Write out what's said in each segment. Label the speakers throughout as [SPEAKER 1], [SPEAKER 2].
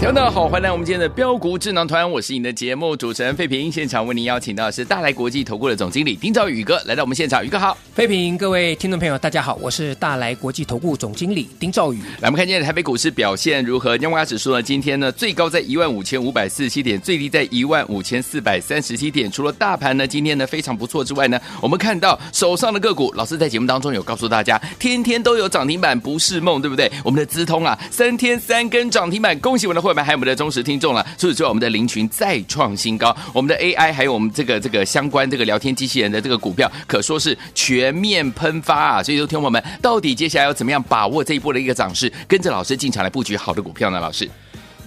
[SPEAKER 1] 听众朋友好，欢迎来我们今天的标股智囊团，我是你的节目主持人费平。现场为您邀请到的是大来国际投顾的总经理丁兆宇哥来到我们现场，宇哥好。
[SPEAKER 2] 飞平，各位听众朋友，大家好，我是大来国际投顾总经理丁兆宇。
[SPEAKER 1] 来，我们看今天的台北股市表现如何？加权指数呢？今天呢，最高在一万五千五百四十七点，最低在一万五千四百三十七点。除了大盘呢，今天呢非常不错之外呢，我们看到手上的个股，老师在节目当中有告诉大家，天天都有涨停板不是梦，对不对？我们的资通啊，三天三根涨停板，恭喜我们的会员们，还有我们的忠实听众了。除此之外，我们的林群再创新高，我们的 AI 还有我们这个这个相关这个聊天机器人的这个股票，可说是全面喷发啊！所以，说，听众朋友们，到底接下来要怎么样把握这一波的一个涨势，跟着老师进场来布局好的股票呢？老师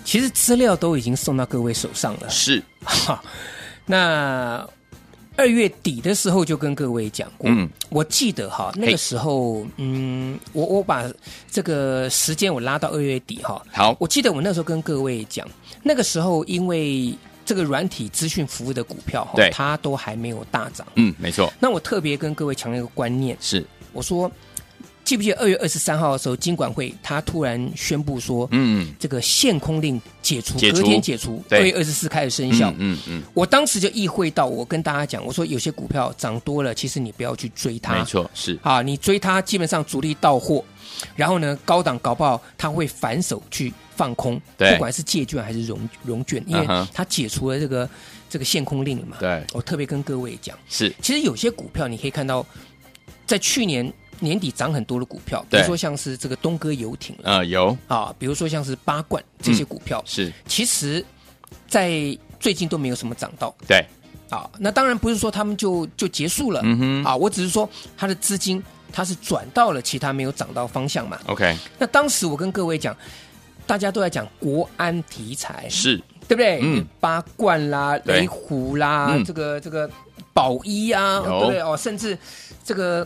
[SPEAKER 2] 其实资料都已经送到各位手上了。
[SPEAKER 1] 是，
[SPEAKER 2] 哈，那二月底的时候就跟各位讲过，
[SPEAKER 1] 嗯
[SPEAKER 2] 我记得哈，那
[SPEAKER 1] 嘿
[SPEAKER 2] 个时候，嗯，我我把这个时间我拉到二月底哈，
[SPEAKER 1] 好，
[SPEAKER 2] 我记得我那时候跟各位讲，那个时候因为这个软体资讯服务的股票哈
[SPEAKER 1] 对，
[SPEAKER 2] 它都还没有大涨。
[SPEAKER 1] 嗯，没错，
[SPEAKER 2] 那我特别跟各位强调一个观念，
[SPEAKER 1] 是，
[SPEAKER 2] 我说，记不记得二月二十三号的时候，金管会他突然宣布说，
[SPEAKER 1] 嗯，
[SPEAKER 2] 这个限空令解除，
[SPEAKER 1] 解除
[SPEAKER 2] 隔天解除，
[SPEAKER 1] 对
[SPEAKER 2] 二月二十四开始生效
[SPEAKER 1] 嗯。嗯嗯，
[SPEAKER 2] 我当时就意会到，我跟大家讲，我说有些股票涨多了，其实你不要去追它，
[SPEAKER 1] 没错，是，
[SPEAKER 2] 啊，你追它基本上主力到货，然后呢高档搞不好它会反手去放空，
[SPEAKER 1] 对
[SPEAKER 2] 不管是借券还是融融券，因
[SPEAKER 1] 嗯
[SPEAKER 2] 为
[SPEAKER 1] 哼
[SPEAKER 2] 它解除了这个这个限空令了嘛。
[SPEAKER 1] 对，
[SPEAKER 2] 我特别跟各位讲。
[SPEAKER 1] 是，
[SPEAKER 2] 其实有些股票你可以看到，在去年年底涨很多的股票，比
[SPEAKER 1] 对
[SPEAKER 2] 如说像是这个东哥游艇了
[SPEAKER 1] 呃，有，
[SPEAKER 2] 啊，比如说像是八冠这些股票，
[SPEAKER 1] 是，
[SPEAKER 2] 其实，在最近都没有什么涨到
[SPEAKER 1] 对，
[SPEAKER 2] 啊。那当然不是说他们就就结束了、
[SPEAKER 1] 嗯哼
[SPEAKER 2] 啊，我只是说它的资金它是转到了其他没有涨到方向嘛。
[SPEAKER 1] ，OK，
[SPEAKER 2] 那当时我跟各位讲，大家都在讲国安题材，
[SPEAKER 1] 是，
[SPEAKER 2] 对不对？
[SPEAKER 1] 嗯
[SPEAKER 2] 八冠啦、
[SPEAKER 1] 对
[SPEAKER 2] 雷虎啦，
[SPEAKER 1] 嗯
[SPEAKER 2] 这个这个宝一啊，
[SPEAKER 1] 有
[SPEAKER 2] 对不对？哦，甚至这个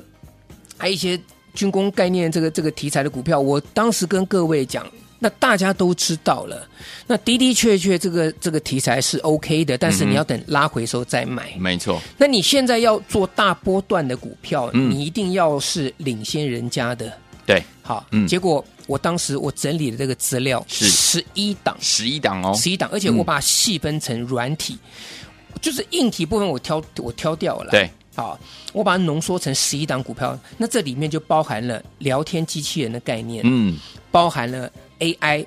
[SPEAKER 2] 还有一些军工概念这个这个题材的股票，我当时跟各位讲。那大家都知道了，那的的确确这个这个题材是 OK 的，但
[SPEAKER 1] 嗯
[SPEAKER 2] 是
[SPEAKER 1] 哼
[SPEAKER 2] 你要等拉回的时候再买。
[SPEAKER 1] 没错，
[SPEAKER 2] 那你现在要做大波段的股票，
[SPEAKER 1] 嗯
[SPEAKER 2] 你一定要是领先人家的。
[SPEAKER 1] 对，
[SPEAKER 2] 好，
[SPEAKER 1] 嗯
[SPEAKER 2] 结果我当时我整理的这个资料
[SPEAKER 1] 是
[SPEAKER 2] 十一档，
[SPEAKER 1] 十一档哦，
[SPEAKER 2] 十一档，而且我把它细分成软体，就是硬体部分我挑我挑掉了。
[SPEAKER 1] 对，
[SPEAKER 2] 好，我把它浓缩成十一档股票，那这里面就包含了聊天机器人的概念，
[SPEAKER 1] 嗯，
[SPEAKER 2] 包含了 AI，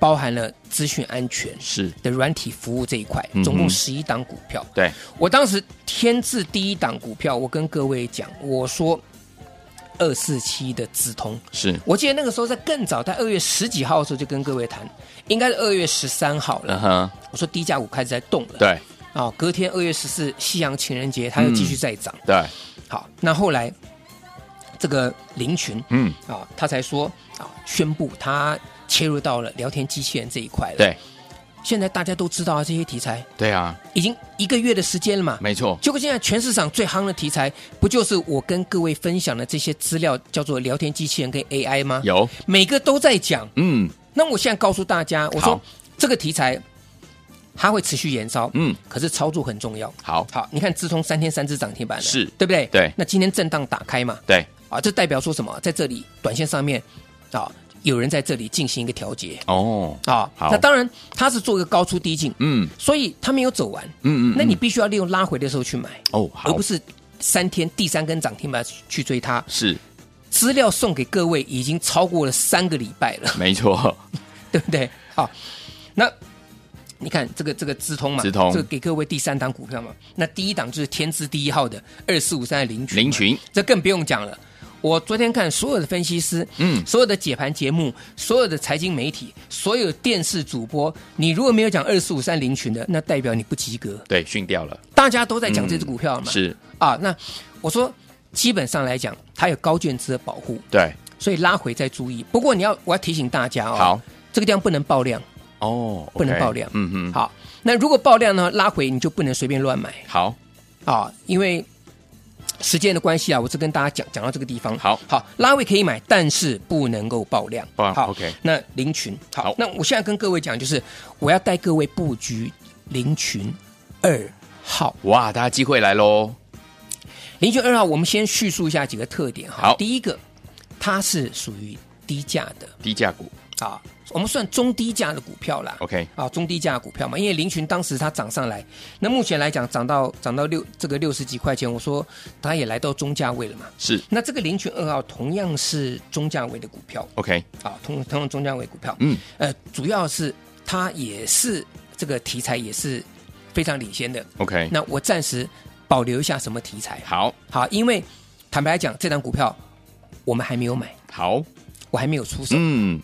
[SPEAKER 2] 包含了资讯安全
[SPEAKER 1] 是，
[SPEAKER 2] 的软体服务这一块
[SPEAKER 1] 嗯哼，
[SPEAKER 2] 总共十一档股票。
[SPEAKER 1] 对，
[SPEAKER 2] 我当时天字第一档股票，我跟各位讲，我说二四七的资通。
[SPEAKER 1] 是，
[SPEAKER 2] 我记得那个时候在更早，在二月十几号的时候就跟各位谈，应该是二月十三号了
[SPEAKER 1] 嗯。哼，
[SPEAKER 2] 我说低价股开始在动了。
[SPEAKER 1] 对，
[SPEAKER 2] 啊、隔天二月十四西洋情人节，它又继续再涨。
[SPEAKER 1] 对，
[SPEAKER 2] 好，那后来这个林群
[SPEAKER 1] 嗯，
[SPEAKER 2] 啊、他才说啊、宣布他切入到了聊天机器人这一块了。，
[SPEAKER 1] 对，
[SPEAKER 2] 现在大家都知道啊，这些题材
[SPEAKER 1] 对啊，
[SPEAKER 2] 已经一个月的时间了嘛。
[SPEAKER 1] 没错，
[SPEAKER 2] 结果现在全市场最夯的题材，不就是我跟各位分享的这些资料，叫做聊天机器人跟 AI 吗？
[SPEAKER 1] 有，
[SPEAKER 2] 每个都在讲。
[SPEAKER 1] 嗯，
[SPEAKER 2] 那我现在告诉大家，我
[SPEAKER 1] 好
[SPEAKER 2] 说这个题材它会持续延烧，
[SPEAKER 1] 嗯，
[SPEAKER 2] 可是操作很重要。
[SPEAKER 1] 好，
[SPEAKER 2] 好，你看资通三天三只涨停板了，
[SPEAKER 1] 是
[SPEAKER 2] 对不对？
[SPEAKER 1] 对
[SPEAKER 2] 那今天震荡打开嘛，
[SPEAKER 1] 对，
[SPEAKER 2] 啊，这代表说什么？在这里短线上面啊，有人在这里进行一个调节
[SPEAKER 1] 哦，
[SPEAKER 2] 啊。
[SPEAKER 1] 好
[SPEAKER 2] 那当然它是做一个高出低进，
[SPEAKER 1] 嗯
[SPEAKER 2] 所以它没有走完。
[SPEAKER 1] 嗯嗯，
[SPEAKER 2] 那你必须要利用拉回的时候去买，
[SPEAKER 1] 哦，
[SPEAKER 2] 而
[SPEAKER 1] 好
[SPEAKER 2] 不，是三天第三根涨停板去追它。
[SPEAKER 1] 是
[SPEAKER 2] 资料送给各位已经超过了三个礼拜了。
[SPEAKER 1] 没错，
[SPEAKER 2] 对不对？好，那你看这个这个资通嘛，
[SPEAKER 1] 资通
[SPEAKER 2] 这个给各位第三档股票嘛，那第一档就是天资第一号的二四五三的林群嘛，
[SPEAKER 1] 林群
[SPEAKER 2] 这更不用讲了。我昨天看所有的分析师，
[SPEAKER 1] 嗯
[SPEAKER 2] 所有的解盘节目，所有的财经媒体，所有电视主播，你如果没有讲二四五三零群的，那代表你不及格。
[SPEAKER 1] 对，训掉了，
[SPEAKER 2] 大家都在讲这只股票嘛，
[SPEAKER 1] 嗯是，
[SPEAKER 2] 啊，那我说基本上来讲，它有高卷资的保护，
[SPEAKER 1] 对，
[SPEAKER 2] 所以拉回再注意。不过你要我要提醒大家哦，
[SPEAKER 1] 好，
[SPEAKER 2] 这个地方不能爆量。
[SPEAKER 1] 哦，
[SPEAKER 2] 不能
[SPEAKER 1] OK，
[SPEAKER 2] 爆量
[SPEAKER 1] 嗯哼，
[SPEAKER 2] 好，那如果爆量呢，拉回你就不能随便乱买
[SPEAKER 1] 好，
[SPEAKER 2] 啊，因为时间的关系啊，我只跟大家讲讲到这个地方。
[SPEAKER 1] 好
[SPEAKER 2] 好，拉回可以买，但是不能够爆量。
[SPEAKER 1] 爆量
[SPEAKER 2] 好
[SPEAKER 1] OK
[SPEAKER 2] 那林群，好，
[SPEAKER 1] 好
[SPEAKER 2] 那我现在跟各位讲，就是我要带各位布局林群二号。
[SPEAKER 1] 哇，大家机会来喽，
[SPEAKER 2] 林群二号，我们先叙述一下几个特点哈。
[SPEAKER 1] 好
[SPEAKER 2] 第一个，它是属于低价的
[SPEAKER 1] 低价股
[SPEAKER 2] 啊，我们算中低价的股票啦。
[SPEAKER 1] ，OK，
[SPEAKER 2] 啊，中低价股票嘛，因为林群当时它涨上来，那目前来讲涨到涨到六这个六十几块钱，我说它也来到中价位了嘛。
[SPEAKER 1] 是
[SPEAKER 2] 那这个林群二号同样是中价位的股票
[SPEAKER 1] OK，
[SPEAKER 2] 啊，同同样中价位股票，
[SPEAKER 1] 嗯，
[SPEAKER 2] 呃，主要是它也是这个题材也是非常领先的。
[SPEAKER 1] ，OK，
[SPEAKER 2] 那我暂时保留一下什么题材？
[SPEAKER 1] 好，
[SPEAKER 2] 好，因为坦白讲，这档股票我们还没有买，
[SPEAKER 1] 好，
[SPEAKER 2] 我还没有出手。
[SPEAKER 1] 嗯，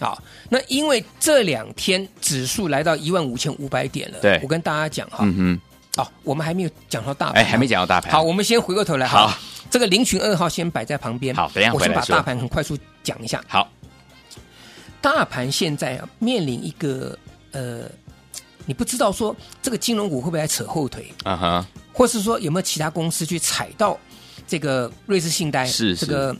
[SPEAKER 2] 好，啊那因为这两天指数来到一万五千五百点了，
[SPEAKER 1] 对
[SPEAKER 2] 我跟大家讲哈，
[SPEAKER 1] 嗯
[SPEAKER 2] 哦，我们还没有讲到大
[SPEAKER 1] 哼，
[SPEAKER 2] 盘，啊
[SPEAKER 1] 哎，还没。讲到大盘，
[SPEAKER 2] 好，，我们先回过头来，
[SPEAKER 1] 好
[SPEAKER 2] 哈，这个零群二号先摆在旁边，
[SPEAKER 1] 好等一下
[SPEAKER 2] 我
[SPEAKER 1] 回
[SPEAKER 2] 先
[SPEAKER 1] 来
[SPEAKER 2] 把
[SPEAKER 1] 说
[SPEAKER 2] 大盘很快速讲一下。
[SPEAKER 1] 好，
[SPEAKER 2] 大盘现在啊面临一个呃，你不知道说这个金融股会不会来扯后腿，
[SPEAKER 1] 嗯哼，
[SPEAKER 2] 或是说有没有其他公司去踩到这个瑞士信贷
[SPEAKER 1] 是是
[SPEAKER 2] 这个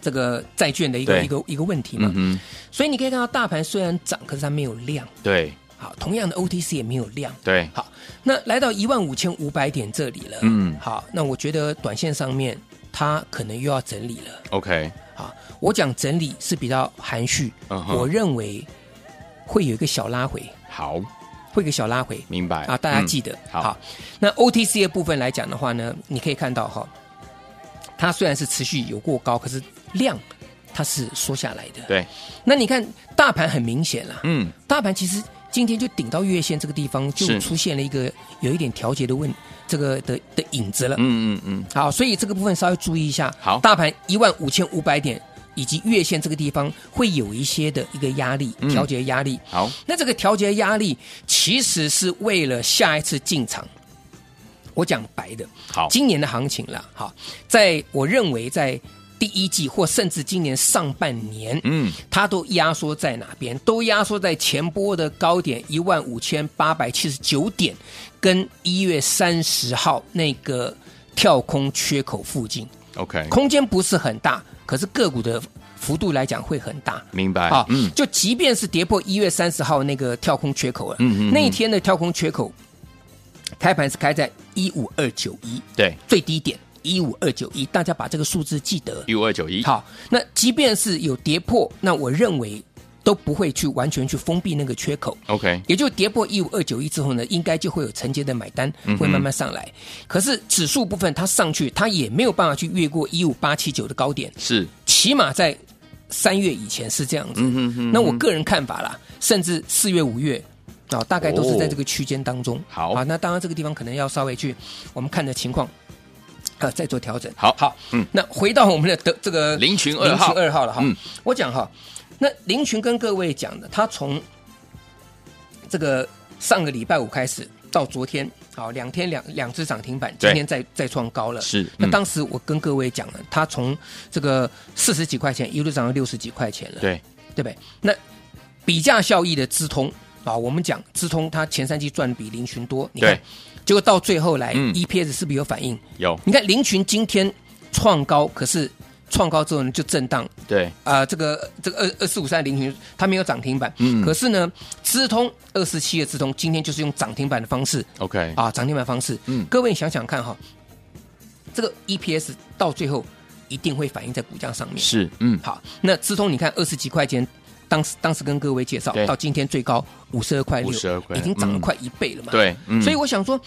[SPEAKER 2] 这个债券的一个
[SPEAKER 1] 对
[SPEAKER 2] 一个一个问题嘛？
[SPEAKER 1] 嗯
[SPEAKER 2] 所以你可以看到大盘虽然涨，可是它没有量。
[SPEAKER 1] 哼，对
[SPEAKER 2] 好，同样的 OTC 也没有量。
[SPEAKER 1] 对，
[SPEAKER 2] 好，那来到一万五千五百点这里了，
[SPEAKER 1] 嗯
[SPEAKER 2] 好，那我觉得短线上面它可能又要整理了。
[SPEAKER 1] ，OK，
[SPEAKER 2] 好，我讲整理是比较含蓄
[SPEAKER 1] 嗯哼
[SPEAKER 2] 我认为会有一个小拉回，
[SPEAKER 1] 好，
[SPEAKER 2] 会有一个小拉回
[SPEAKER 1] 明白
[SPEAKER 2] 啊，大家记，得、
[SPEAKER 1] 哎嗯好
[SPEAKER 2] 那 OTC 的部分来讲的话呢，你可以看到哈，它虽然是持续有过高，可是量它是缩下来的。
[SPEAKER 1] 嗯，对，
[SPEAKER 2] 那你看大盘很明显啦，
[SPEAKER 1] 嗯，
[SPEAKER 2] 大盘其实今天就顶到月线这个地方，就是出现了一个有一点调节的问这个的的影子了。
[SPEAKER 1] 嗯嗯嗯，
[SPEAKER 2] 好，所以这个部分稍微注意一下。
[SPEAKER 1] 好
[SPEAKER 2] 大盘一万五千五百点以及月线这个地方会有一些的一个压力，
[SPEAKER 1] 嗯
[SPEAKER 2] 调节压力。
[SPEAKER 1] 好，
[SPEAKER 2] 那这个调节压力其实是为了下一次进场。我讲白的，
[SPEAKER 1] 好，
[SPEAKER 2] 今年的行情了，好，在我认为在第一季或甚至今年上半年，
[SPEAKER 1] 嗯，
[SPEAKER 2] 它都压缩在哪边？都压缩在前波的高点一万五千八百七十九点，跟一月三十号那个跳空缺口附近，
[SPEAKER 1] OK，
[SPEAKER 2] 空间不是很大，可是个股的幅度来讲会很大。
[SPEAKER 1] 明白
[SPEAKER 2] 啊，
[SPEAKER 1] 嗯，
[SPEAKER 2] 就即便是跌破一月三十号那个跳空缺口了，啊
[SPEAKER 1] 嗯嗯嗯
[SPEAKER 2] 那一天的跳空缺口开盘是开在一五二九一
[SPEAKER 1] 对，
[SPEAKER 2] 最低点一五二九一，大家把这个数字记得。
[SPEAKER 1] 一五二九一，，
[SPEAKER 2] 好，那即便是有跌破，那我认为都不会去完全去封闭那个缺口。
[SPEAKER 1] ，OK，
[SPEAKER 2] 也就跌破一五二九一之后呢，应该就会有承接的买单，
[SPEAKER 1] 嗯
[SPEAKER 2] 会慢慢上来。可是指数部分它上去，它也没有办法去越过一五八七九的高点，
[SPEAKER 1] 是，
[SPEAKER 2] 起码在三月以前是这样子。
[SPEAKER 1] 嗯哼哼，
[SPEAKER 2] 那我个人看法啦，甚至四月、五月。啊、大概都是在这个区间当中。
[SPEAKER 1] 哦好
[SPEAKER 2] 啊，那当然这个地方可能要稍微去我们看的情况，啊，再做调整。
[SPEAKER 1] 好
[SPEAKER 2] 好，
[SPEAKER 1] 嗯
[SPEAKER 2] 嗯，那回到我们的的这个
[SPEAKER 1] 林群二号
[SPEAKER 2] 林群二号了哈。
[SPEAKER 1] 嗯
[SPEAKER 2] 我讲哈，那林群跟各位讲的，他从这个上个礼拜五开始到昨天，好两天两两只涨停板，
[SPEAKER 1] 对
[SPEAKER 2] 今天再再创高了。
[SPEAKER 1] 是
[SPEAKER 2] 那
[SPEAKER 1] 嗯
[SPEAKER 2] 当时我跟各位讲了，他从这个四十几块钱一路涨到六十几块钱了。
[SPEAKER 1] 对，
[SPEAKER 2] 对不对？那比价效益的资通啊，我们讲资通它前三季赚比林群多，你看
[SPEAKER 1] 对，
[SPEAKER 2] 结果到最后来、
[SPEAKER 1] 嗯
[SPEAKER 2] EPS 是不是有反应？
[SPEAKER 1] 有，
[SPEAKER 2] 你看林群今天创高，可是创高之后呢就震荡。
[SPEAKER 1] 对，
[SPEAKER 2] 啊、这个这个二二四五三林群它没有涨停板，
[SPEAKER 1] 嗯
[SPEAKER 2] 可是呢，资通二四七的资通今天就是用涨停板的方式
[SPEAKER 1] OK，
[SPEAKER 2] 啊，涨停板方式，
[SPEAKER 1] 嗯
[SPEAKER 2] 各位你想想看哈，这个 EPS 到最后一定会反映在股价上面，
[SPEAKER 1] 是，嗯，
[SPEAKER 2] 好，那资通你看二十几块钱，当时当时跟各位介绍
[SPEAKER 1] 对，
[SPEAKER 2] 到今天最高五十二块六，
[SPEAKER 1] 52块
[SPEAKER 2] 已经涨了
[SPEAKER 1] 嗯
[SPEAKER 2] 快一倍了嘛。、
[SPEAKER 1] 对，嗯，
[SPEAKER 2] 所以我想说，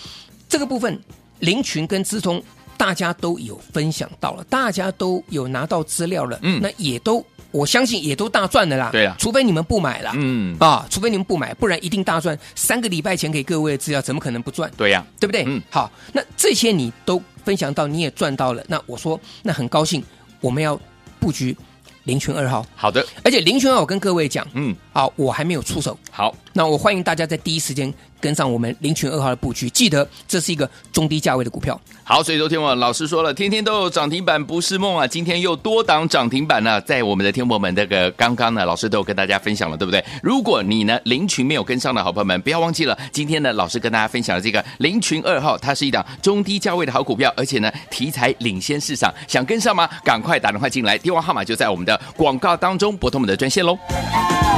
[SPEAKER 2] 这个部分林群跟资通大家都有分享到了，大家都有拿到资料了，
[SPEAKER 1] 嗯
[SPEAKER 2] 那也都我相信也都大赚的啦。
[SPEAKER 1] 对啦
[SPEAKER 2] 除非你们不买啦。
[SPEAKER 1] 嗯，
[SPEAKER 2] 啊，除非你们不买，不然一定大赚。三个礼拜前给各位的资料，怎么可能不赚？
[SPEAKER 1] 对呀，
[SPEAKER 2] 对不对？
[SPEAKER 1] 嗯
[SPEAKER 2] 好，那这些你都分享到，你也赚到了。那我说，那很高兴，我们要布局零群二号，
[SPEAKER 1] 好的，
[SPEAKER 2] 而且零群二号我跟各位讲
[SPEAKER 1] 嗯，
[SPEAKER 2] 啊，我还没有出手，
[SPEAKER 1] 好，
[SPEAKER 2] 那我欢迎大家在第一时间跟上我们零群二号的布局，记得这是一个中低价位的股票。
[SPEAKER 1] 好，所以昨天我老师说了，天天都有涨停板不是梦啊，今天又多档涨停板呢、在我们的天博们这个刚刚呢，老师都有跟大家分享了，对不对？如果你呢零群没有跟上的好朋友们，不要忘记了，今天呢老师跟大家分享的这个零群二号，它是一档中低价位的好股票，而且呢题材领先市场，想跟上吗？赶快打电话进来，电话号码就在我们的广告当中，拨通我们的专线喽。我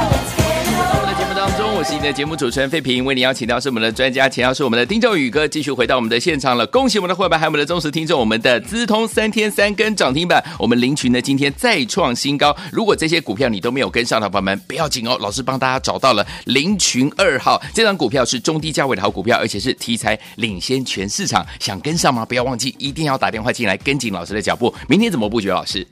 [SPEAKER 1] 们的节目当中，我是你的节目主持人费平，为你邀请到是我们的专家，前要是我们的丁兆宇哥，继续回到我们的现场了。恭喜我们的会员，还有我们的忠实听众，我们的资通三天三根涨停板，我们林群呢今天再创新高。如果这些股票你都没有跟上的朋友们，不要紧哦，老师帮大家找到了林群二号这张股票是中低价位的好股票，而且是题材领先全市场，想跟上吗？不要忘记，一定要打电话进来跟紧老师的脚步。明天怎么布局？老师，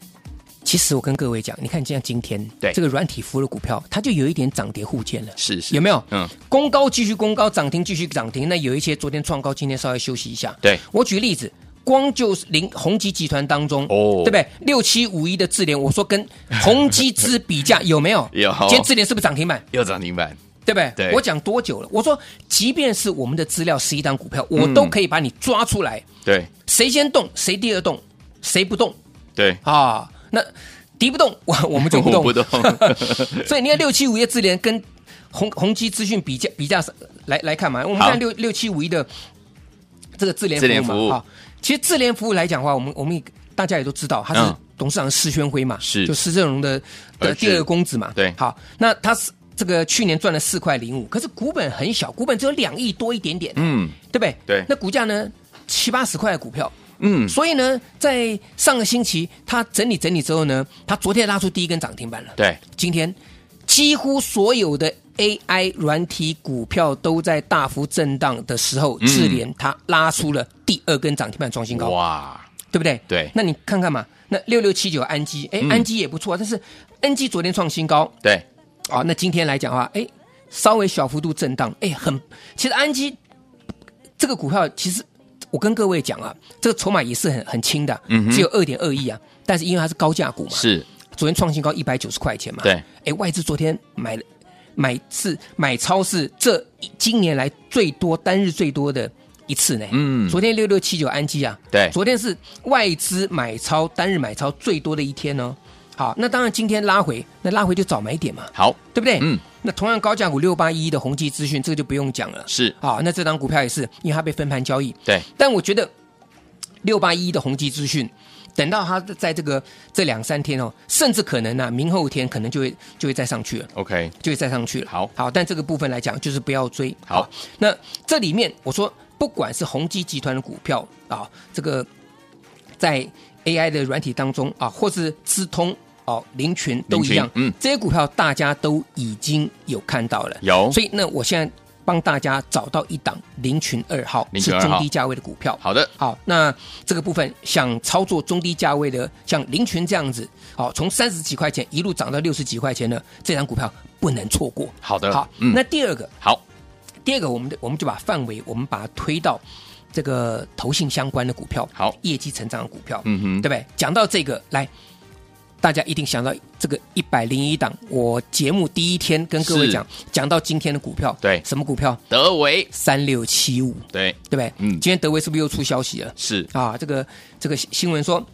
[SPEAKER 2] 其实我跟各位讲，你看像今天
[SPEAKER 1] 对
[SPEAKER 2] 这个软体服务的股票，它就有一点涨跌互见了。
[SPEAKER 1] 是是
[SPEAKER 2] 有没有？
[SPEAKER 1] 嗯，
[SPEAKER 2] 攻高继续攻高，涨停继续涨停。那有一些昨天创高，今天稍微休息一下。
[SPEAKER 1] 对
[SPEAKER 2] 我举个例子，光就是零宏基集团当中，
[SPEAKER 1] 哦
[SPEAKER 2] 对不对？六七五一的智联，我说跟宏基之 比价有没有？
[SPEAKER 1] 有
[SPEAKER 2] 今天智联是不是涨停板？
[SPEAKER 1] 又涨停板，
[SPEAKER 2] 对不对？
[SPEAKER 1] 对
[SPEAKER 2] 我讲多久了？我说，即便是我们的资料十一档股票，我都可以把你抓出来，
[SPEAKER 1] 对
[SPEAKER 2] 谁先动谁第二动，谁不动
[SPEAKER 1] 对，
[SPEAKER 2] 啊？那敌不动，我 我们就不动。
[SPEAKER 1] 不动。
[SPEAKER 2] 所以你看六七五一的智联跟宏宏基资讯比价比价来来看嘛，我们
[SPEAKER 1] 好
[SPEAKER 2] 看六六七五一的这个智联
[SPEAKER 1] 智联
[SPEAKER 2] 服
[SPEAKER 1] 服
[SPEAKER 2] 务
[SPEAKER 1] 务
[SPEAKER 2] 嘛，啊，其实智联服务来讲的话，我们我们大家也都知道，它是
[SPEAKER 1] 嗯
[SPEAKER 2] 董事长施宣辉嘛，
[SPEAKER 1] 是
[SPEAKER 2] 就施正荣的
[SPEAKER 1] 儿
[SPEAKER 2] 的
[SPEAKER 1] 子
[SPEAKER 2] 第二个公子嘛，
[SPEAKER 1] 对
[SPEAKER 2] 好，那他是这个去年赚了四块零五，可是股本很小，股本只有两亿多一点点，
[SPEAKER 1] 嗯
[SPEAKER 2] 对不对？
[SPEAKER 1] 对
[SPEAKER 2] 那股价呢七八十块的股票，
[SPEAKER 1] 嗯，
[SPEAKER 2] 所以呢，在上个星期他整理整理之后呢，他昨天拉出第一根涨停板了。
[SPEAKER 1] 对，
[SPEAKER 2] 今天几乎所有的 AI 软体股票都在大幅震荡的时候，
[SPEAKER 1] 嗯
[SPEAKER 2] 智联它拉出了第二根涨停板创新高，
[SPEAKER 1] 哇，
[SPEAKER 2] 对不对？
[SPEAKER 1] 对嗯
[SPEAKER 2] 那你看看嘛，那六六七九安基，哎，安基也不错，但是安基昨天创新高
[SPEAKER 1] 对，
[SPEAKER 2] 啊，那今天来讲的话，哎，稍微小幅度震荡，哎，很，其实安基这个股票其实。我跟各位讲啊，这个筹码也是很很轻的，
[SPEAKER 1] 嗯哼
[SPEAKER 2] 只有二点二亿啊，但是因为它是高价股嘛，
[SPEAKER 1] 是，
[SPEAKER 2] 昨天创新高一百九十块钱嘛，
[SPEAKER 1] 对，
[SPEAKER 2] 哎，外资昨天买了买是买超是这一今年来最多单日最多的一次呢。
[SPEAKER 1] 嗯哎
[SPEAKER 2] 昨天六六七九安基啊，
[SPEAKER 1] 对
[SPEAKER 2] 昨天是外资买超单日买超最多的一天哦。好，那当然今天拉回，那拉回就早买点嘛，
[SPEAKER 1] 好，
[SPEAKER 2] 对不对？
[SPEAKER 1] 嗯，
[SPEAKER 2] 那同样高价股六八一的宏基资讯，这个就不用讲了。
[SPEAKER 1] 是，
[SPEAKER 2] 啊，那这张股票也是，因为它被分盘交易，
[SPEAKER 1] 对，
[SPEAKER 2] 但我觉得六八一的宏基资讯，等到它在这个这两三天哦，甚至可能呢、明后天可能就会就会再上去了，
[SPEAKER 1] OK，
[SPEAKER 2] 就会再上去了。
[SPEAKER 1] 好
[SPEAKER 2] 好，但这个部分来讲，就是不要追。
[SPEAKER 1] 好，
[SPEAKER 2] 那这里面我说，不管是宏基集团的股票啊，这个在 AI 的软体当中啊，或是资通哦、林群都一样
[SPEAKER 1] 林，群嗯，
[SPEAKER 2] 这些股票大家都已经有看到了，
[SPEAKER 1] 有
[SPEAKER 2] 所以那我现在帮大家找到一档林群二号，
[SPEAKER 1] 林
[SPEAKER 2] 是
[SPEAKER 1] 群二号
[SPEAKER 2] 中低价位的股票。
[SPEAKER 1] 好的，
[SPEAKER 2] 好，那这个部分想操作中低价位的，像林群这样子，好，从三十几块钱一路涨到六十几块钱的这张股票不能错过。
[SPEAKER 1] 好的，
[SPEAKER 2] 好，
[SPEAKER 1] 嗯，
[SPEAKER 2] 那第二个，
[SPEAKER 1] 好，
[SPEAKER 2] 第二个我们的我们就把范围，我们把它推到这个投信相关的股票，
[SPEAKER 1] 好
[SPEAKER 2] 业绩成长的股票，
[SPEAKER 1] 嗯哼
[SPEAKER 2] 对不对？讲到这个，来，大家一定想到这个一百零一档，我节目第一天跟各位
[SPEAKER 1] 是
[SPEAKER 2] 讲，讲到今天的股票，
[SPEAKER 1] 对
[SPEAKER 2] 什么股票？
[SPEAKER 1] 德维，
[SPEAKER 2] 三六七五，
[SPEAKER 1] 对，
[SPEAKER 2] 对不对？
[SPEAKER 1] 嗯
[SPEAKER 2] 今天德威是不是又出消息了？
[SPEAKER 1] 是，
[SPEAKER 2] 啊，这个这个新闻说，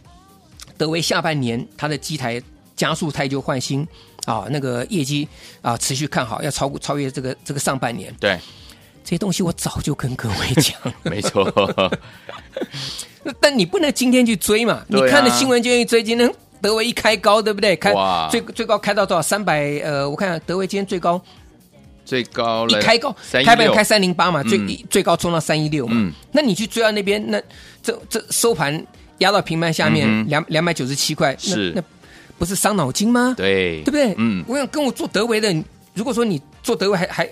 [SPEAKER 2] 德威下半年它的机台加速太旧换新啊，那个业绩啊持续看好，要超过超越这个这个上半年。
[SPEAKER 1] 对，
[SPEAKER 2] 这些东西我早就跟各位讲了，
[SPEAKER 1] 没错，
[SPEAKER 2] 那但你不能今天去追嘛，你
[SPEAKER 1] 对啊
[SPEAKER 2] 看了新闻就愿意追，今天。嗯德威一开高，对不对？开
[SPEAKER 1] 哇
[SPEAKER 2] 最最高开到多少？三百呃，我看看德威今天最高
[SPEAKER 1] 最高
[SPEAKER 2] 一
[SPEAKER 1] 了，
[SPEAKER 2] 开高，
[SPEAKER 1] 三一
[SPEAKER 2] 开盘
[SPEAKER 1] 六
[SPEAKER 2] 开三零八嘛，最、
[SPEAKER 1] 嗯
[SPEAKER 2] 一最高冲到三一六嘛。
[SPEAKER 1] 嗯
[SPEAKER 2] 那你去追到那边，那这这收盘压到平盘下
[SPEAKER 1] 嗯
[SPEAKER 2] 面
[SPEAKER 1] 哼
[SPEAKER 2] 两两百九十七块，那
[SPEAKER 1] 是
[SPEAKER 2] 那不是伤脑筋吗？
[SPEAKER 1] 对，
[SPEAKER 2] 对不对？
[SPEAKER 1] 嗯
[SPEAKER 2] 我想跟我做德维的，如果说你做德维还还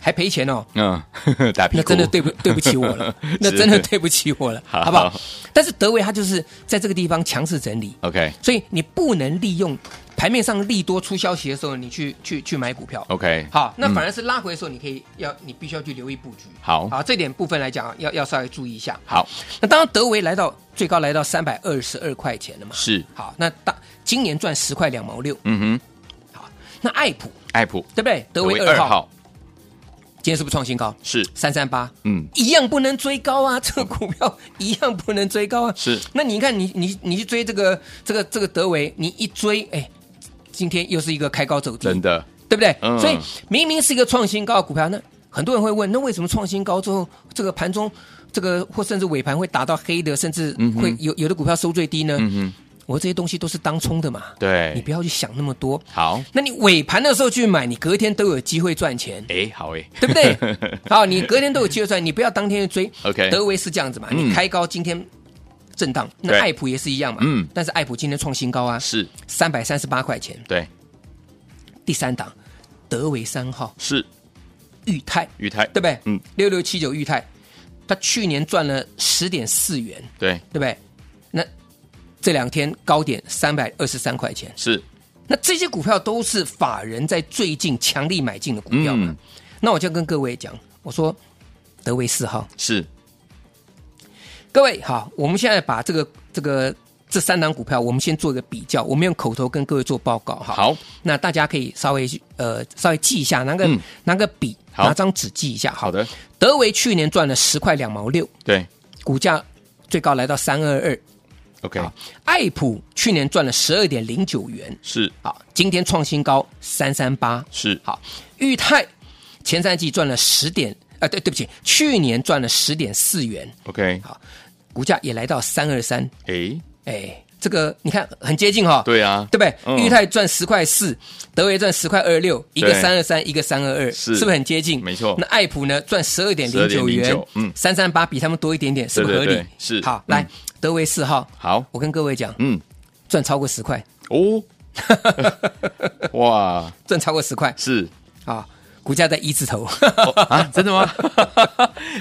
[SPEAKER 2] 还赔钱哦，
[SPEAKER 1] 嗯， 打屁
[SPEAKER 2] 那
[SPEAKER 1] 股，
[SPEAKER 2] 真的对不对不起我 了，那真的对不起我了，
[SPEAKER 1] 好
[SPEAKER 2] 好不好？但是德维他就是在这个地方强势整理，
[SPEAKER 1] ，OK，
[SPEAKER 2] 所以你不能利用盘面上利多出消息的时候，你去去去买股票。
[SPEAKER 1] OK，
[SPEAKER 2] 好，那
[SPEAKER 1] 嗯
[SPEAKER 2] 反而是拉回的时候，你可以要你必须要去留意布局。
[SPEAKER 1] 好
[SPEAKER 2] 好，这点部分来讲，要要稍微注意一下。
[SPEAKER 1] 好
[SPEAKER 2] 那当然，德维来到最高来到三百二十二块钱了嘛。
[SPEAKER 1] 是，
[SPEAKER 2] 好，那大今年赚十块两毛六。
[SPEAKER 1] 嗯哼，
[SPEAKER 2] 好，那爱普
[SPEAKER 1] 爱普
[SPEAKER 2] 对不对？德维二
[SPEAKER 1] 二
[SPEAKER 2] 号今天是不是创新高？
[SPEAKER 1] 是，
[SPEAKER 2] 三三八，
[SPEAKER 1] 嗯，
[SPEAKER 2] 一样不能追高啊，这个股票一样不能追高啊。
[SPEAKER 1] 是
[SPEAKER 2] 那你看你你你去追这个这个这个德维，你一追，哎，今天又是一个开高走低，
[SPEAKER 1] 真的
[SPEAKER 2] 对不对？
[SPEAKER 1] 嗯
[SPEAKER 2] 所以明明是一个创新高的股票，那很多人会问，那为什么创新高之后，这个盘中这个或甚至尾盘会打到黑的，甚至
[SPEAKER 1] 嗯哼
[SPEAKER 2] 会有、有的股票收最低呢？
[SPEAKER 1] 嗯
[SPEAKER 2] 我这些东西都是当冲的嘛，
[SPEAKER 1] 对
[SPEAKER 2] 你不要去想那么多。
[SPEAKER 1] 好，
[SPEAKER 2] 那你尾盘的时候去买，你隔天都有机会赚钱。
[SPEAKER 1] 哎，好哎，
[SPEAKER 2] 对不 对？好，你隔天都有机会赚，你不要当天就追。
[SPEAKER 1] OK
[SPEAKER 2] 德维是这样子嘛，
[SPEAKER 1] 嗯
[SPEAKER 2] 你开高今天震荡，那
[SPEAKER 1] 对
[SPEAKER 2] 爱普也是一样嘛。
[SPEAKER 1] 嗯
[SPEAKER 2] 但是爱普今天创新高啊，
[SPEAKER 1] 是，
[SPEAKER 2] 三百三十八块钱，
[SPEAKER 1] 对，
[SPEAKER 2] 第三档德维三号
[SPEAKER 1] 是
[SPEAKER 2] 裕泰，
[SPEAKER 1] 裕泰，
[SPEAKER 2] 对不对？
[SPEAKER 1] 嗯，
[SPEAKER 2] 六六七九裕泰，它去年赚了十点四元，
[SPEAKER 1] 对，
[SPEAKER 2] 对不对？那这两天高点三百二十三块钱，
[SPEAKER 1] 是，
[SPEAKER 2] 那这些股票都是法人在最近强力买进的股票嘛。
[SPEAKER 1] 嗯
[SPEAKER 2] 那我就跟各位讲，我说德维四号。
[SPEAKER 1] 是，
[SPEAKER 2] 各位好，我们现在把这个这个这三档股票，我们先做一个比较，我们用口头跟各位做报告哈。，
[SPEAKER 1] 好，
[SPEAKER 2] 那大家可以稍微去呃稍微记一下，拿个、
[SPEAKER 1] 嗯
[SPEAKER 2] 拿个笔，
[SPEAKER 1] 好
[SPEAKER 2] 拿张纸记一下。
[SPEAKER 1] 好，的，
[SPEAKER 2] 德维去年赚了十块两毛六，
[SPEAKER 1] 对
[SPEAKER 2] 股价最高来到三二二。
[SPEAKER 1] ，OK，
[SPEAKER 2] 好爱普去年赚了十二点零九元，
[SPEAKER 1] 是
[SPEAKER 2] 好，今天创新高三三八。
[SPEAKER 1] 是，
[SPEAKER 2] 好，裕泰前三季赚了十点，啊对对不起，去年赚了十点四元，
[SPEAKER 1] ，OK，
[SPEAKER 2] 好，股价也来到三二三。
[SPEAKER 1] 哎，
[SPEAKER 2] 哎，这个你看很接近哈、
[SPEAKER 1] 对啊，
[SPEAKER 2] 对不对？
[SPEAKER 1] 嗯
[SPEAKER 2] 裕泰赚十块四，德维赚十块二六，一个
[SPEAKER 1] 对
[SPEAKER 2] 三二三，一个三二二，
[SPEAKER 1] 是
[SPEAKER 2] 是不是很接近？
[SPEAKER 1] 没错
[SPEAKER 2] 那爱普呢，赚十二点零九元
[SPEAKER 1] 12.09，嗯
[SPEAKER 2] 三三八比他们多一点点，是不是合
[SPEAKER 1] 对
[SPEAKER 2] 理
[SPEAKER 1] 对对？是
[SPEAKER 2] 好，
[SPEAKER 1] 嗯
[SPEAKER 2] 来德维四号，
[SPEAKER 1] 好，
[SPEAKER 2] 我跟各位讲，
[SPEAKER 1] 嗯，
[SPEAKER 2] 赚超过十块，
[SPEAKER 1] 哦， 哇，
[SPEAKER 2] 赚超过十块
[SPEAKER 1] 是
[SPEAKER 2] 啊，股价在一字头，
[SPEAKER 1] 啊，真的吗？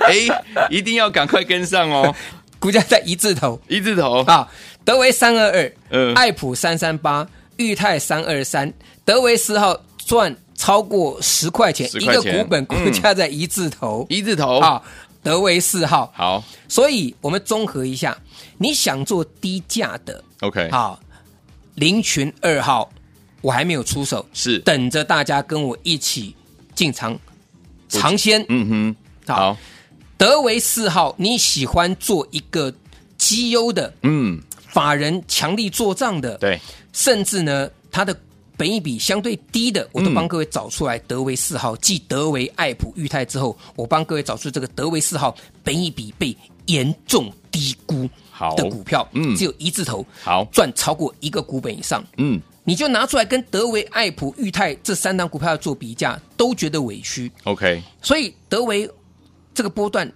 [SPEAKER 1] 哎，一定要赶快跟上哦，
[SPEAKER 2] 股价在一字头
[SPEAKER 1] 一字头，
[SPEAKER 2] 啊，德维三二二，
[SPEAKER 1] 嗯
[SPEAKER 2] 爱普三三八，裕泰三二三，德维四号赚超过十块钱，
[SPEAKER 1] 10
[SPEAKER 2] 一
[SPEAKER 1] 块
[SPEAKER 2] 个
[SPEAKER 1] 钱嗯
[SPEAKER 2] 股本股价在一字头。
[SPEAKER 1] 一字哦头，
[SPEAKER 2] 啊，德维四号。
[SPEAKER 1] 好
[SPEAKER 2] 所以我们综合一下，你想做低价的，
[SPEAKER 1] ，OK，
[SPEAKER 2] 好，林群二号，我还没有出手，
[SPEAKER 1] 是，
[SPEAKER 2] 等着大家跟我一起进场尝鲜。
[SPEAKER 1] 嗯哼，
[SPEAKER 2] 好
[SPEAKER 1] 好，
[SPEAKER 2] 德维四号，你喜欢做一个绩优的
[SPEAKER 1] 嗯，
[SPEAKER 2] 法人强力做账的，
[SPEAKER 1] 对，
[SPEAKER 2] 甚至呢，它的本益比相对低的，我都
[SPEAKER 1] 嗯
[SPEAKER 2] 帮各位找出来。德维四号继德维、爱普、裕泰之后，我帮各位找出这个德维四号本益比被严重低估
[SPEAKER 1] 好
[SPEAKER 2] 的股票，
[SPEAKER 1] 嗯
[SPEAKER 2] 只有一字头，
[SPEAKER 1] 好
[SPEAKER 2] 赚超过一个股本以上，
[SPEAKER 1] 嗯
[SPEAKER 2] 你就拿出来跟德维、爱普、裕泰这三档股票做比价，都觉得委屈。
[SPEAKER 1] ，OK，
[SPEAKER 2] 所以德维这个波段，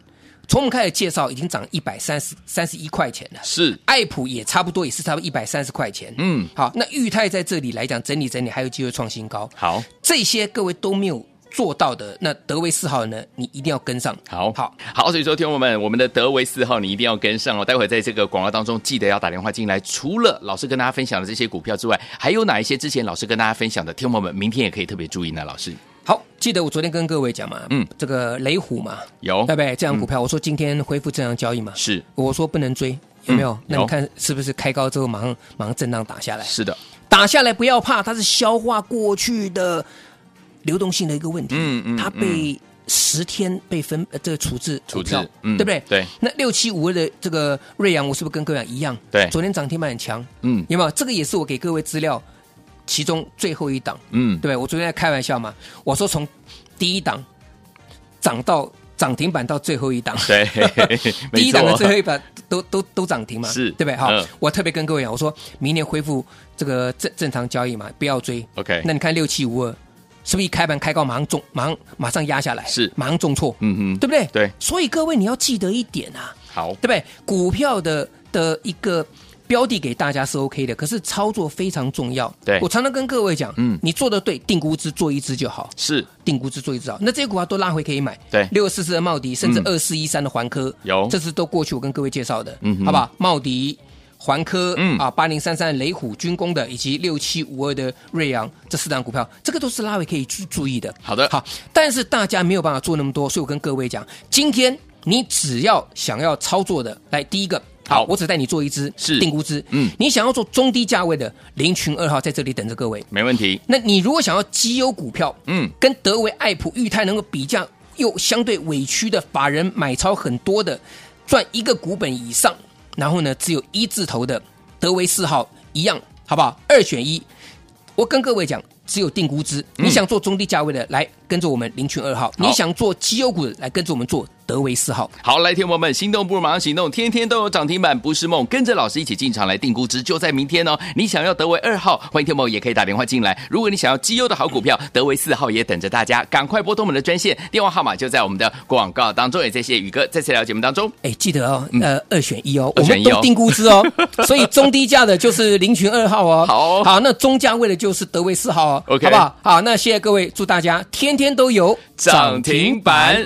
[SPEAKER 2] 从我们开始介绍已经涨一百三十三十一块钱了。
[SPEAKER 1] 是，
[SPEAKER 2] 爱普也差不多，也是差不多一百三十块钱。
[SPEAKER 1] 嗯，
[SPEAKER 2] 好，那裕泰在这里来讲，整理整理还有机会创新高。
[SPEAKER 1] 好，
[SPEAKER 2] 这些各位都没有做到的，那德维四号呢，你一定要跟上。
[SPEAKER 1] 好
[SPEAKER 2] 好，
[SPEAKER 1] 好，所以说，听众朋友们，我们的德维四号你一定要跟上哦。待会在这个广告当中，记得要打电话进来。除了老师跟大家分享的这些股票之外，还有哪一些之前老师跟大家分享的，听众朋友们明天也可以特别注意呢？老师
[SPEAKER 2] 好，记得我昨天跟各位讲嘛，
[SPEAKER 1] 嗯，
[SPEAKER 2] 这个雷虎嘛，
[SPEAKER 1] 有嗯
[SPEAKER 2] 对不对？这样股票，我说今天恢复正常交易嘛，
[SPEAKER 1] 是
[SPEAKER 2] 我说不能追，有没有？
[SPEAKER 1] 嗯
[SPEAKER 2] 那
[SPEAKER 1] 有
[SPEAKER 2] 你看是不是开高之后马上马上震荡打下来？
[SPEAKER 1] 是的，
[SPEAKER 2] 打下来不要怕，它是消化过去的流动性的一个问题，
[SPEAKER 1] 嗯嗯
[SPEAKER 2] 它被十天被分呃这个处置
[SPEAKER 1] 处置
[SPEAKER 2] 股票
[SPEAKER 1] 嗯
[SPEAKER 2] 对不对？
[SPEAKER 1] 对。
[SPEAKER 2] 那六七五二的这个瑞阳，我是不是跟各位一样？
[SPEAKER 1] 对
[SPEAKER 2] 昨天涨停板很强，
[SPEAKER 1] 嗯
[SPEAKER 2] 有没有？这个也是我给各位资料其中最后一档，
[SPEAKER 1] 嗯
[SPEAKER 2] 对，不对？我昨天在开玩笑嘛，我说从第一档涨到涨停板到最后一档，
[SPEAKER 1] 对，
[SPEAKER 2] 第一
[SPEAKER 1] 没
[SPEAKER 2] 档的
[SPEAKER 1] 错
[SPEAKER 2] 最后一把都都都涨停嘛，
[SPEAKER 1] 是
[SPEAKER 2] 对不对？好
[SPEAKER 1] 嗯，
[SPEAKER 2] 我特别跟各位讲，我说明年恢复这个正正常交易嘛，不要追。
[SPEAKER 1] OK
[SPEAKER 2] 那你看六七五二，是不是一开盘开高马上中，马上马上压下来，
[SPEAKER 1] 是
[SPEAKER 2] 马上重挫，
[SPEAKER 1] 嗯哼
[SPEAKER 2] 对不对？
[SPEAKER 1] 对
[SPEAKER 2] 所以各位你要记得一点啊，
[SPEAKER 1] 好
[SPEAKER 2] 对不对？股票的的一个标的给大家是 OK 的，可是操作非常重要。
[SPEAKER 1] 对
[SPEAKER 2] 我常常跟各位讲，
[SPEAKER 1] 嗯
[SPEAKER 2] 嗯，你做的对，定估值做一只就好。
[SPEAKER 1] 是
[SPEAKER 2] 定估值做一只好，啊那这些股票都拉回可以买，
[SPEAKER 1] 对
[SPEAKER 2] 六四四的茂迪，甚至
[SPEAKER 1] 嗯
[SPEAKER 2] 二四一三的环科，
[SPEAKER 1] 有
[SPEAKER 2] 这是都过去我跟各位介绍的，
[SPEAKER 1] 嗯哼
[SPEAKER 2] 好不好？茂迪、环科，
[SPEAKER 1] 嗯
[SPEAKER 2] 嗯啊，八零三三雷虎军工的，以及六七五二的瑞阳这四档股票，这个都是拉尾可以去注意的。
[SPEAKER 1] 好的
[SPEAKER 2] 好，但是大家没有办法做那么多，所以我跟各位讲，今天你只要想要操作的，来第一个。
[SPEAKER 1] 好
[SPEAKER 2] 我只带你做一只
[SPEAKER 1] 是
[SPEAKER 2] 定估值，
[SPEAKER 1] 嗯
[SPEAKER 2] 你想要做中低价位的零群二号在这里等着各位。
[SPEAKER 1] 没问题。
[SPEAKER 2] 那你如果想要绩优股票，
[SPEAKER 1] 嗯
[SPEAKER 2] 跟德维、爱普、裕泰能够比价又相对委屈的法人买超很多的，赚一个股本以上，然后呢只有一字头的德维四号一样，好不好？二选一，我跟各位讲，只有定估值。你想做中低价位的，来跟着我们零群二号；
[SPEAKER 1] 嗯好
[SPEAKER 2] 你想做绩优股的，来跟着我们做德维四号。
[SPEAKER 1] 好，来，听众朋友们，心动不如马上行动，天天都有涨停板不是梦，跟着老师一起进场来定估值，就在明天哦。你想要德维二号，欢迎听众朋友也可以打电话进来。如果你想要绩优的好股票，德维四号也等着大家，赶快拨通我们的专线，电话号码就在我们的广告当中。也谢谢宇哥再次来到节目当中。
[SPEAKER 2] 哎，记得哦，呃，二选一哦，
[SPEAKER 1] 嗯二
[SPEAKER 2] 我
[SPEAKER 1] 选
[SPEAKER 2] 们
[SPEAKER 1] 一哦
[SPEAKER 2] 都定估值 哦，所以中低价的就是零群二号哦，
[SPEAKER 1] 好
[SPEAKER 2] 好，那中价位的就是德维四号哦
[SPEAKER 1] OK
[SPEAKER 2] 好不好？好，那谢谢各位，祝大家天天都有
[SPEAKER 1] 涨停板。